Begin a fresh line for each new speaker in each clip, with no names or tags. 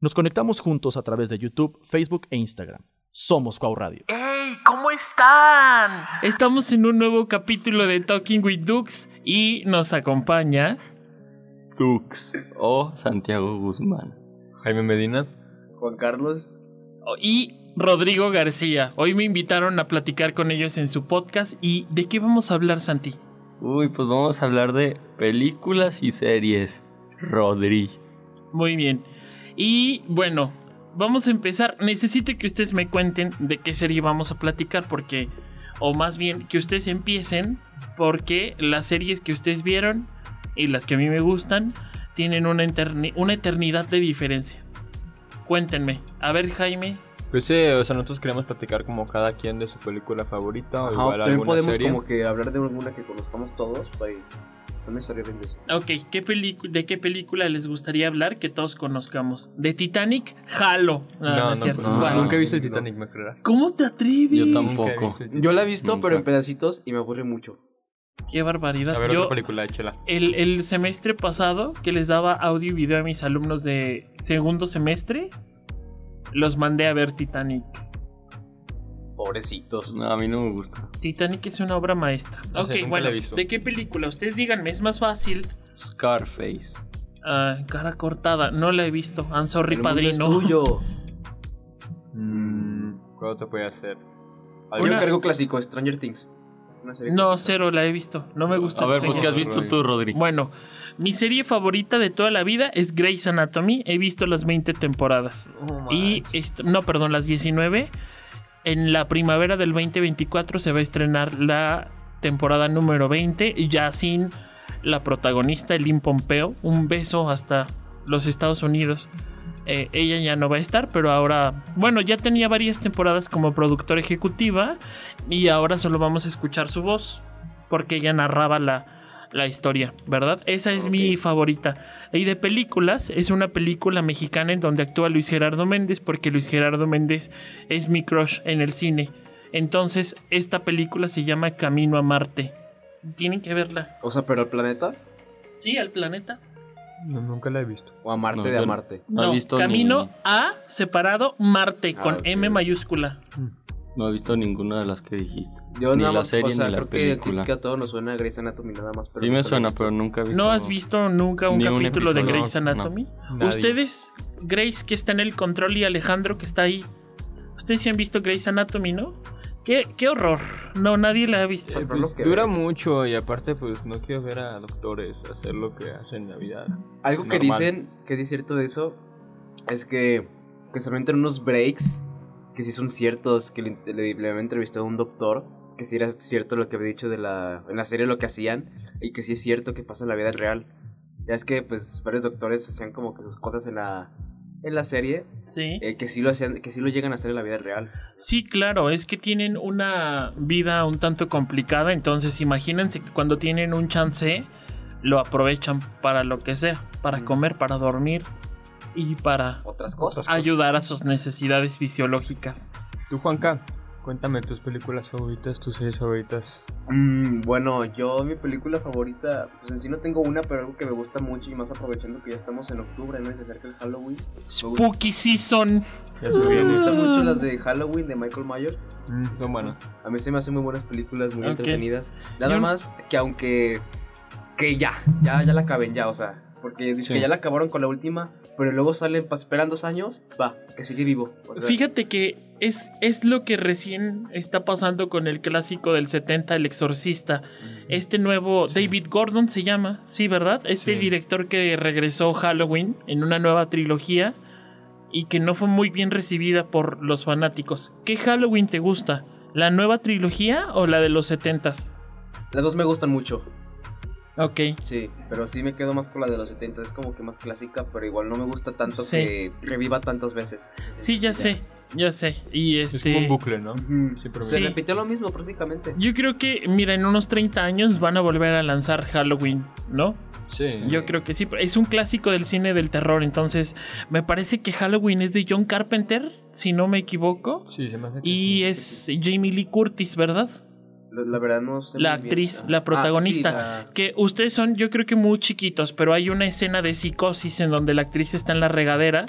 Nos conectamos juntos a través de YouTube, Facebook e Instagram. Somos Cuau Radio.
¡Hey! ¿Cómo están?
Estamos en un nuevo capítulo de Talking with Dux y nos acompaña
Dux o Santiago Guzmán.
Jaime Medina.
Juan Carlos.
oh, y Rodrigo García. Hoy me invitaron a platicar con ellos en su podcast y ¿de qué vamos a hablar, Santi?
Uy, pues vamos a hablar de películas y series. Rodri.
Muy bien. Y bueno, vamos a empezar. Necesito que ustedes me cuenten de qué serie vamos a platicar porque, o más bien, que ustedes empiecen porque las series que ustedes vieron y las que a mí me gustan tienen una, eterni- una eternidad de diferencia. Cuéntenme. A ver, Jaime.
Pues sí, o sea, nosotros queremos platicar como cada quien de su película favorita o
Ajá,
Pues igual
Ah, también
alguna
podemos
serie.
como que hablar de alguna que conozcamos todos para no necesariamente eso.
Ok, ¿qué pelicu- ¿de qué película les gustaría hablar que todos conozcamos? ¿De Titanic? Jalo. No, no es cierto.
no,
Bueno.
nunca he visto el
no.
Titanic, me creerás.
¿Cómo te atreves?
Yo
Nunca he
tampoco.
visto el Titanic.
Yo la he visto,
Nunca.
pero en pedacitos y me aburre mucho.
Qué barbaridad.
A ver,
Yo-
otra película, échela.
el, el semestre pasado que les daba audio y video a mis alumnos de segundo semestre, los mandé a ver Titanic.
Pobrecitos.
No, a mí no me gusta.
Titanic es una obra maestra.
No sé,
ok,
nunca
bueno,
la he visto.
¿de qué película? Ustedes díganme, es más fácil.
Scarface.
Ah, cara cortada, no la he visto. I'm sorry,
El mundo es
padrino.
tuyo.
Mm, ¿Cuál otra puede hacer?
Yo
Una-
cargo clásico, Stranger Things. Una serie
No,
clásica.
cero la he visto. No me gusta este
A
este
ver,
Stranger
pues ¿qué has
Things.
visto tú, Rodri?
Bueno, mi serie favorita de toda la vida es Grey's Anatomy. He visto las 20 temporadas. y est- no, perdón, las 19. En la primavera del 2024 se va a estrenar la temporada número 20, ya sin la protagonista, Lynn Pompeo. Un beso hasta los Estados Unidos. Eh, ella ya no va a estar, pero ahora, bueno, ya tenía varias temporadas como productora ejecutiva y ahora solo vamos a escuchar su voz porque ella narraba la, la historia, ¿verdad? Esa es mi favorita. Y de películas, es una película mexicana en donde actúa Luis Gerardo Méndez, porque Luis Gerardo Méndez es mi crush en el cine. Entonces, esta película se llama Camino a Marte. Tienen que verla.
O sea, pero al planeta
Sí, al planeta.
No, nunca la he visto.
o a Marte
No,
de
yo-
a Marte.
No, he visto ni-
Camino a separado Marte
Ah,
con
ok.
M mayúscula.
No he visto ninguna de las que dijiste.
Yo
Ni
nada
la
más,
serie
o sea,
ni la
creo
película.
que que a todos nos suena Grey's Anatomy nada más. Pero
sí me
nunca la he
suena,
visto.
pero nunca he visto.
¿No has visto nunca un
Ni un
capítulo de
episodio,
Grey's
no.
Anatomy?
Nadie.
Ustedes, Grace que está en el control y Alejandro que está ahí. Ustedes sí han visto Grey's Anatomy, ¿no? Qué, qué horror. No, nadie la ha
Eh,
visto.
Pero
pues,
lo que
dura
ves.
mucho y aparte pues no quiero ver a doctores hacer lo que hacen en Navidad.
Algo que
Normal.
dicen, que es cierto de eso, es que, que se meten unos breaks que sí son ciertos, que le, le- le había entrevistado a un doctor, que sí era cierto lo que había dicho de la, en la serie lo que hacían, y que sí es cierto que pasa en la vida real. Ya es que pues varios doctores hacían como que sus cosas en la, en la serie,
Sí.
eh, que sí lo hacían, que sí lo llegan a hacer en la vida real.
Sí, claro, es que tienen una vida un tanto complicada, entonces imagínense que cuando tienen un chance lo aprovechan para lo que sea, para
Mm.
comer, para dormir y para
Otras cosas.
ayudar a sus necesidades fisiológicas.
Tú Juanca, cuéntame tus películas favoritas, tus series favoritas.
Mm, bueno, yo mi película favorita, pues en sí no tengo una, pero algo que me gusta mucho y más aprovechando que ya estamos en octubre, ¿no? Y se acerca el Halloween.
Spooky Season.
Ya
Mm.
se
Me
viene.
gustan mucho las de Halloween de Michael Myers.
Mm, son buenas.
A mí se me hacen muy buenas películas, muy
Ok.
entretenidas. Nada
Yo-
más que aunque que ya, ya ya la acaben ya, o sea, porque es
Sí.
que ya la acabaron con la última, pero luego salen pa- esperan dos años, va, que sigue vivo. O sea,
Fíjate que es, es lo que recién está pasando con el clásico del 70, El Exorcista.
mm,
Este nuevo, David Gordon se llama, sí, ¿verdad? Este
Sí.
director que regresó Halloween en una nueva trilogía y que no fue muy bien recibida por los fanáticos. ¿Qué Halloween te gusta? ¿La nueva trilogía o la de los 70?
Las dos me gustan mucho,
Ok.
sí, pero sí me quedo más con la de los 70, es como que más clásica, pero igual no me gusta tanto
Sí.
que reviva tantas veces.
Sí, ya sé, ya sé. Y
Es como un
este...
bucle, ¿no?
Ujú.
Siempre
Se
Sí.
repitió lo mismo prácticamente.
Yo creo que, mira, en unos 30 años van a volver a lanzar Halloween, ¿no?
Sí.
Yo creo que sí, pero es un clásico del cine del terror, entonces me parece que Halloween es de John Carpenter, si no me equivoco,
Sí, se me hace que
y
sí.
es Jamie Lee Curtis, ¿verdad?
La, la verdad no sé
La
muy bien.
actriz,
Ah,
la
ah, sí,
protagonista.
la-
Que ustedes son, yo creo que muy chiquitos, pero hay una escena de psicosis en donde la actriz está en la regadera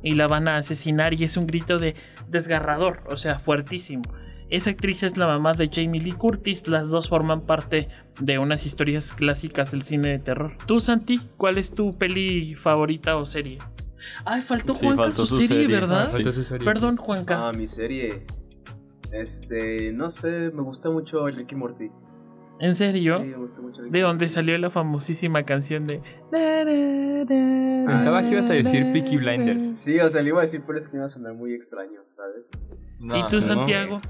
y la van a asesinar y es un grito de desgarrador, o sea, fuertísimo. Esa actriz es la mamá de Jamie Lee Curtis, las dos forman parte de unas historias clásicas del cine de terror. Tú, Santi, ¿cuál es tu peli favorita o serie? Ay, faltó
Sí,
Juanca su,
faltó su
serie,
serie.
¿verdad?
Ah, sí.
Falta su serie.
Perdón, Juanca.
Ah, mi serie. Este, no sé, me gusta mucho Rick y Morty.
¿En serio?
Sí, me gusta mucho Rick y
De donde
Morty.
salió la famosísima canción de...
Pensaba que ibas a decir Peaky Blinders.
Sí, o sea, le iba a decir, pero es que me iba a sonar muy extraño, ¿sabes?
¿Y tú, Santiago?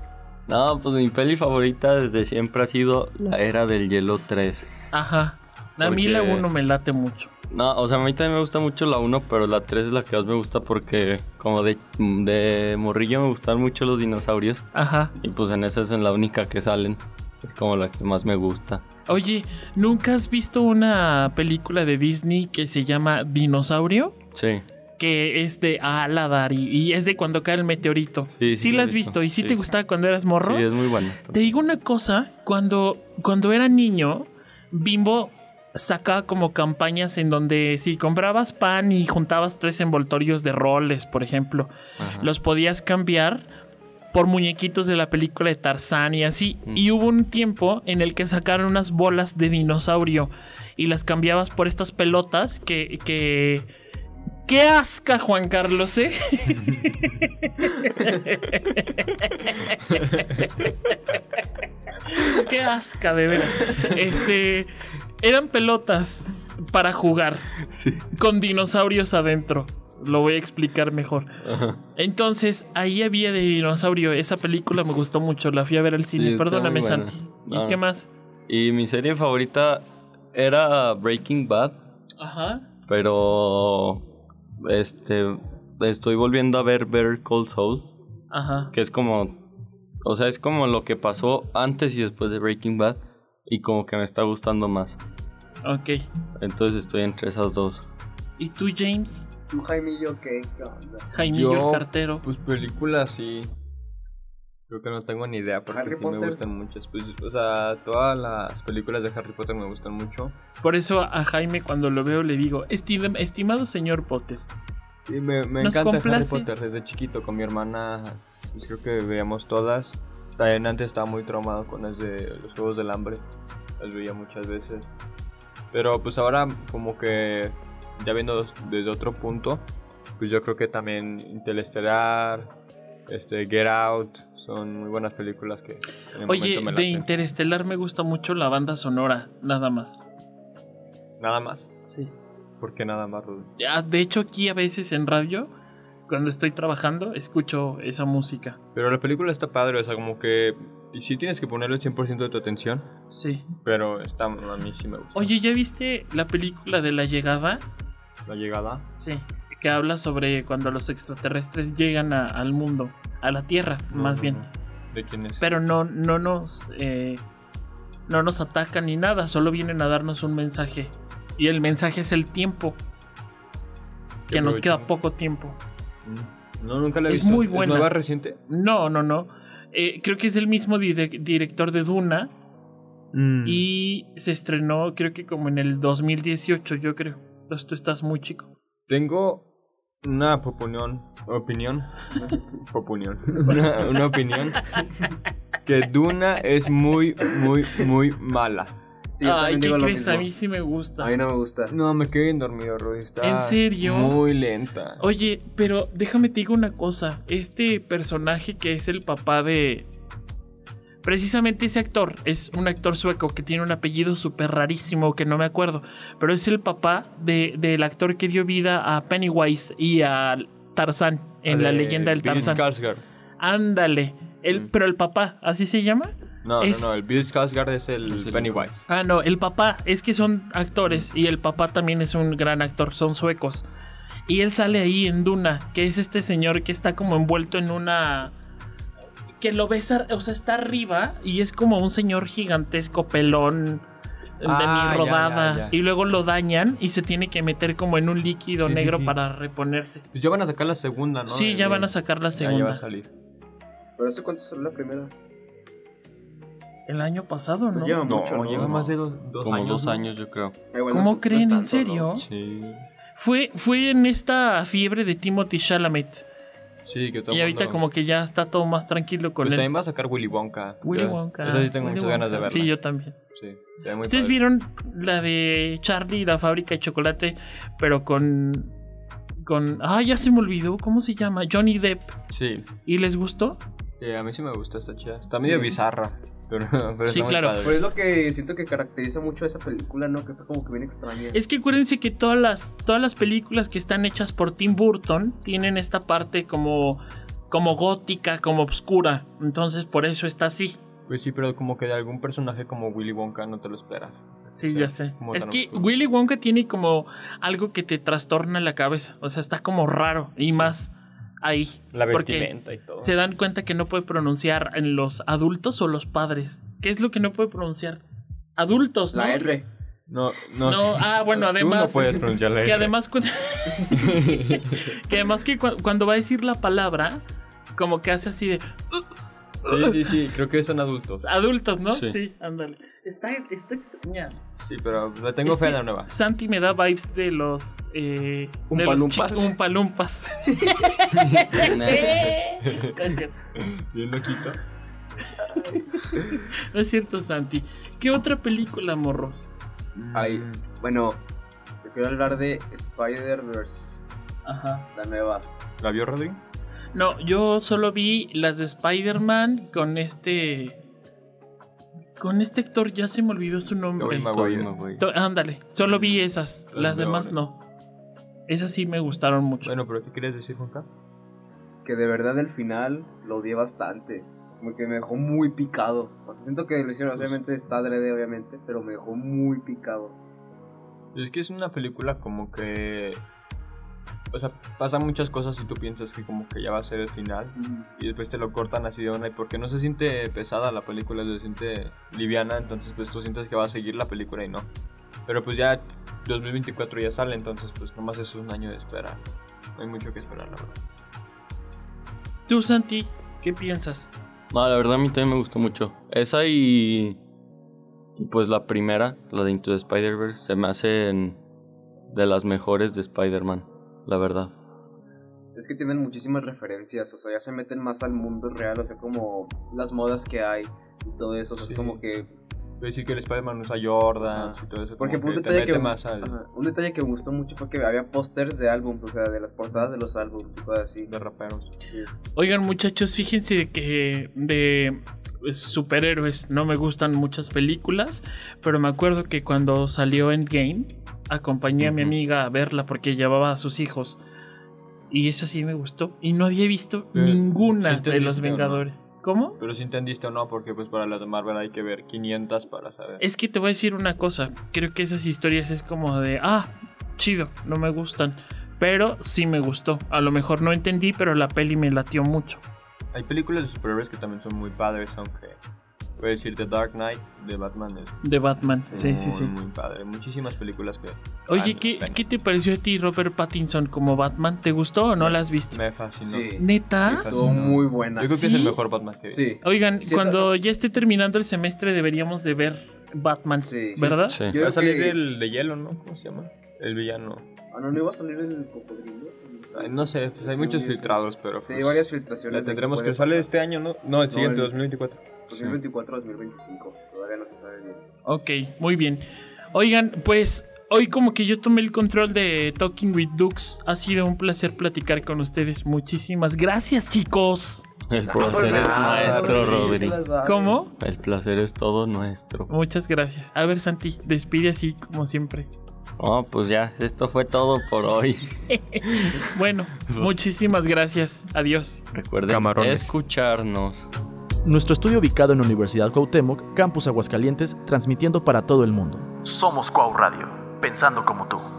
No, pues mi peli favorita desde siempre ha sido La Era del Hielo 3.
Ajá. A mí
Porque-
la 1 me late mucho.
No, o sea, a mí también me gusta mucho la 1, pero la 3 es la que más me gusta porque como de, de morrillo me gustan mucho los dinosaurios
Ajá.
y pues en esa es en la única que salen. Es como la que más me gusta.
Oye, ¿nunca has visto una película de Disney que se llama Dinosaurio?
Sí,
Que es de Aladar y, y es de cuando cae el meteorito.
Sí, sí
la
la he
has visto.
visto,
¿Y sí,
sí.
te gustaba cuando eras morro?
sí, es muy buena.
Te digo una cosa, cuando, cuando era niño, Bimbo sacaba como campañas en donde si comprabas pan y juntabas tres envoltorios de roles, por ejemplo,
Ajá.
los podías cambiar por muñequitos de la película de Tarzán y así.
Mm.
Y hubo un tiempo en el que sacaron unas bolas de dinosaurio y las cambiabas por estas pelotas que... que ¡Qué asca, Juan Carlos, eh! ¡Qué asca, de veras! Este... Eran pelotas para jugar con dinosaurios adentro. Lo voy a explicar mejor.
Ajá.
Entonces, ahí había de dinosaurio. Esa película me gustó mucho. La fui a ver al cine.
Sí, está
Perdóname,
muy buena.
Santi. ¿Y
No.
qué más?
Y mi serie favorita era Breaking Bad,
Ajá.
pero este estoy volviendo a ver Better Call Saul,
Ajá.
que es como o sea, es como lo que pasó antes y después de Breaking Bad y como que me está gustando más.
Ok.
Entonces estoy entre esas dos.
¿Y tú, James?
Tú, Jaime y yo, ¿qué? ¿Qué onda?
Jaimillo
Yo-
el cartero.
Pues películas sí. Creo que no tengo ni idea porque
Harry
sí me
Potter.
gustan muchas. Pues, o sea, todas las películas de Harry Potter me gustan mucho.
Por eso a Jaime cuando lo veo le digo, "Estim- estimado señor Potter.
Sí, me, me
Nos
encanta
complace.
Harry Potter desde chiquito con mi hermana. Pues creo que veíamos todas. También antes estaba muy traumado con las de los Juegos del Hambre. Las veía muchas veces. Pero pues ahora como que ya viendo des- desde otro punto, pues yo creo que también Interestelar, este, Get Out, son muy buenas películas que en el
Oye,
momento me
de
laten.
Interestelar me gusta mucho la banda sonora, nada más.
Nada más.
Sí.
porque nada más, Rudy?
Ya, de hecho, aquí a veces en radio, cuando estoy trabajando, escucho esa música.
Pero la película está padre, o sea, como que... Y sí tienes que ponerle el 100% de tu atención,
Sí.
pero está, a mí sí me gusta.
Oye, ¿ya viste la película de la llegada?
La llegada.
Sí, que habla sobre cuando los extraterrestres llegan a- al mundo, a la Tierra, más
No,
bien.
no. ¿De quién es?
Pero no, no nos, eh, no nos atacan ni nada, solo vienen a darnos un mensaje. Y el mensaje es el tiempo,
Que
que nos queda
aprovechemos.
poco tiempo.
Mm. No, nunca la he
Es
visto.
muy buena.
nueva reciente?
No, no, no. Eh, creo que es el mismo dire- director de Duna
Mm.
Mm.
y se estrenó, creo que como en el 2018, yo creo. Entonces tú estás muy chico.
Tengo una opinión. Opinión. opinión. Una, una opinión. Que Duna es muy, muy, muy mala.
Sí, yo
Ay,
también
¿qué
digo lo
crees?
mismo.
A mí sí me gusta.
A mí no me gusta.
No, me quedé bien dormido, Rudy. Está
¿En serio?
Muy lenta.
Oye, pero déjame te digo una cosa. Este personaje que es el papá de. Precisamente ese actor es un actor sueco que tiene un apellido súper rarísimo que no me acuerdo. Pero es el papá de- del actor que dio vida a Pennywise y a Tarzán en la
Ah, De
leyenda del
Bill
Tarzán.
Skarsgård.
Ándale. El,
Mm.
Pero el papá, ¿así se llama?
No,
Es-
no, no. El Bill Skarsgård es el Pennywise.
Ah, no, el papá, es que son actores y el papá también es un gran actor, son suecos. Y él sale ahí en Duna, que es este señor que está como envuelto en una... que lo ves, ar- o sea, está arriba y es como un señor gigantesco, pelón, de
Ah,
mi
ya,
rodada.
ya, ya.
Y luego lo dañan y se tiene que meter como en un líquido
Sí, sí,
negro
sí.
para reponerse.
Pues ya van a sacar la segunda, ¿no?
sí,
De-
ya
de-
van a sacar la
ya, ya va a
segunda.
salir.
¿Pero eso cuánto salió la primera?
El año pasado, ¿no?
lleva mucho,
No,
¿no?
lleva más de dos, dos
como
años.
dos
¿no?
años yo creo.
Eh, bueno,
¿Cómo
no es- no es
creen? ¿En
tanto,
serio?
¿no?
Sí.
Fue, fue en esta fiebre de Timothy Chalamet.
Sí, que todo
y ahorita
mundo-
como que ya está todo más tranquilo con
Pues
él.
también va a sacar Willy Wonka.
Willy
Yo-
Wonka.
Esa sí tengo
Willy
muchas ganas de
Wonka.
verla.
Sí, yo también.
Sí, se ve muy
¿Ustedes
padre.
vieron la de Charlie y la fábrica de chocolate, pero con... con... Ah, ya se me olvidó. ¿Cómo se llama? Johnny Depp.
Sí,
¿Y les gustó?
sí, a mí sí me gusta esta chida. Está medio
Sí.
bizarra, pero, pero
Sí,
está muy
claro.
padre.
Pero es lo que siento que caracteriza mucho a esa película, ¿no? Que está como que bien extraña.
Es que acuérdense que todas las, todas las películas que están hechas por Tim Burton tienen esta parte como, como gótica, como obscura. Entonces por eso está así.
Pues sí, pero como que de algún personaje como Willy Wonka no te lo esperas.
Sí,
O sea,
ya sé.
como
Es
tan
que
oscuro.
Willy Wonka tiene como algo que te trastorna la cabeza. O sea, está como raro y más ahí.
La
Porque
vestimenta y todo.
se dan cuenta que no puede pronunciar en los adultos o los padres. ¿Qué es lo que no puede pronunciar? Adultos, ¿no?
La R.
No, no.
No, ah, bueno,
Tú
además.
no puedes pronunciar la
Que
R.
además, cu- que además que cu- cuando va a decir la palabra, como que hace así de
Sí, sí, sí, creo que son adultos.
adultos, ¿no?
Sí.
Sí, ándale. Está, está extraña.
Sí, pero le tengo
Es
fe a
que
la nueva.
Santi me da vibes de los. Eh, de los
Umpalumpas.
chi- Umpalumpas. No es cierto.
Bien loquito.
No es cierto, Santi. ¿Qué otra película, morros?
Ay, bueno, yo quiero hablar de Spider-Verse,
Ajá.
la nueva.
¿La vio Rodrigo?
No, yo solo vi las de Spider-Man con este. Con este actor, ya se me olvidó su nombre.
Tobey
Tobey
Maguire.
Maguire.
To- Ándale, solo vi esas,
Las
las demás
mejores.
no. Esas sí me gustaron mucho.
Bueno, pero ¿qué quieres decir, Juanca?
Que de verdad el final lo odié bastante. Como que me dejó muy picado. O sea, siento que lo hicieron, obviamente está adrede, obviamente, pero me dejó muy picado.
Pues Es que es una película como que... O sea, pasan muchas cosas y tú piensas que como que ya va a ser el final. y después te lo cortan así de una y porque no se siente pesada la película, se siente liviana, entonces pues tú sientes que va a seguir la película y no. Pero pues ya 2024 ya sale, entonces pues nomás es un año de espera. No hay mucho que esperar, la verdad.
Tú, Santi, ¿qué piensas?
No, la verdad a mí también me gustó mucho. Esa y. y pues la primera, la de Into the Spider-Verse, se me hacen de las mejores de Spider-Man, la verdad.
Es que tienen muchísimas referencias, o sea, ya se meten más al mundo real, o sea, como las modas que hay y todo eso, o sea, es
Sí.
como que
Voy a decir que el Spider-Man usa Jordans y todo eso.
Por
como
ejemplo, un
que pues, te
detalle, que
mete
me
más
gust-
al-
ajá, un detalle que me gustó mucho fue que había pósters de álbums, o sea, de las portadas de los álbums y cosas así.
de raperos.
Sí.
Oigan, muchachos, fíjense de que de pues, superhéroes no me gustan muchas películas, pero me acuerdo que cuando salió Endgame, acompañé a mi
Ujú.
amiga a verla porque llevaba a sus hijos. Y esa sí me gustó. Y no había visto
Pero,
ninguna
Eh, ¿sí te
de los
viste o no?
Vengadores. ¿Cómo?
Pero si entendiste o no, porque pues para las de Marvel hay que ver 500 para saber.
Es que te voy a decir una cosa. Creo que esas historias es como de, ah, chido, no me gustan. Pero sí me gustó. A lo mejor no entendí, pero la peli me latió mucho.
Hay películas de superhéroes que también son muy padres, aunque... Voy a decir The Dark Knight de Batman es
De Batman. Sí, sí,
muy,
sí.
muy padre. Muchísimas películas que...
Oye,
valen la
¿qué,
pena.
qué te pareció a ti Robert Pattinson como Batman? ¿Te gustó o no la has visto?
Me fascinó.
Sí.
Neta.
Sí,
Estuvo
Fascinante.
muy buena.
Yo creo que es el
¿Sí?
mejor Batman que vi.
Sí.
Oigan,
Siento-
cuando ya esté terminando el semestre deberíamos de ver Batman,
Sí.
¿verdad?
Sí.
Yo
Va
creo
a salir
que-
el de hielo, ¿no? ¿Cómo se llama? El villano.
Ah, no, no iba a salir el cocodrilo.
Ay, No sé, pues hay
Sí,
muchos
sí,
filtrados, pero.
Sí,
pues,
varias filtraciones.
La
de
tendremos
puede
que sale
pasar. Pues
este año, ¿no? No, el
No,
siguiente,
el-
2024.
2024 2025, todavía no se sabe bien.
Ok, muy bien. Oigan, pues hoy como que yo tomé el control de Talking with Dux. Ha sido un placer platicar con ustedes. Muchísimas gracias, chicos.
El placer
Ah, pues
es
nada,
nuestro,
Rodri.
Rodri.
¿Cómo?
El placer es todo nuestro.
Muchas gracias. A ver, Santi, despide así como siempre.
Oh, pues ya, esto fue todo por hoy.
Bueno, muchísimas gracias. Adiós.
Recuerden
Camarones.
escucharnos.
Nuestro estudio ubicado en la Universidad Cuauhtémoc, campus Aguascalientes, transmitiendo para todo el mundo.
Somos Cuau Radio, pensando como tú.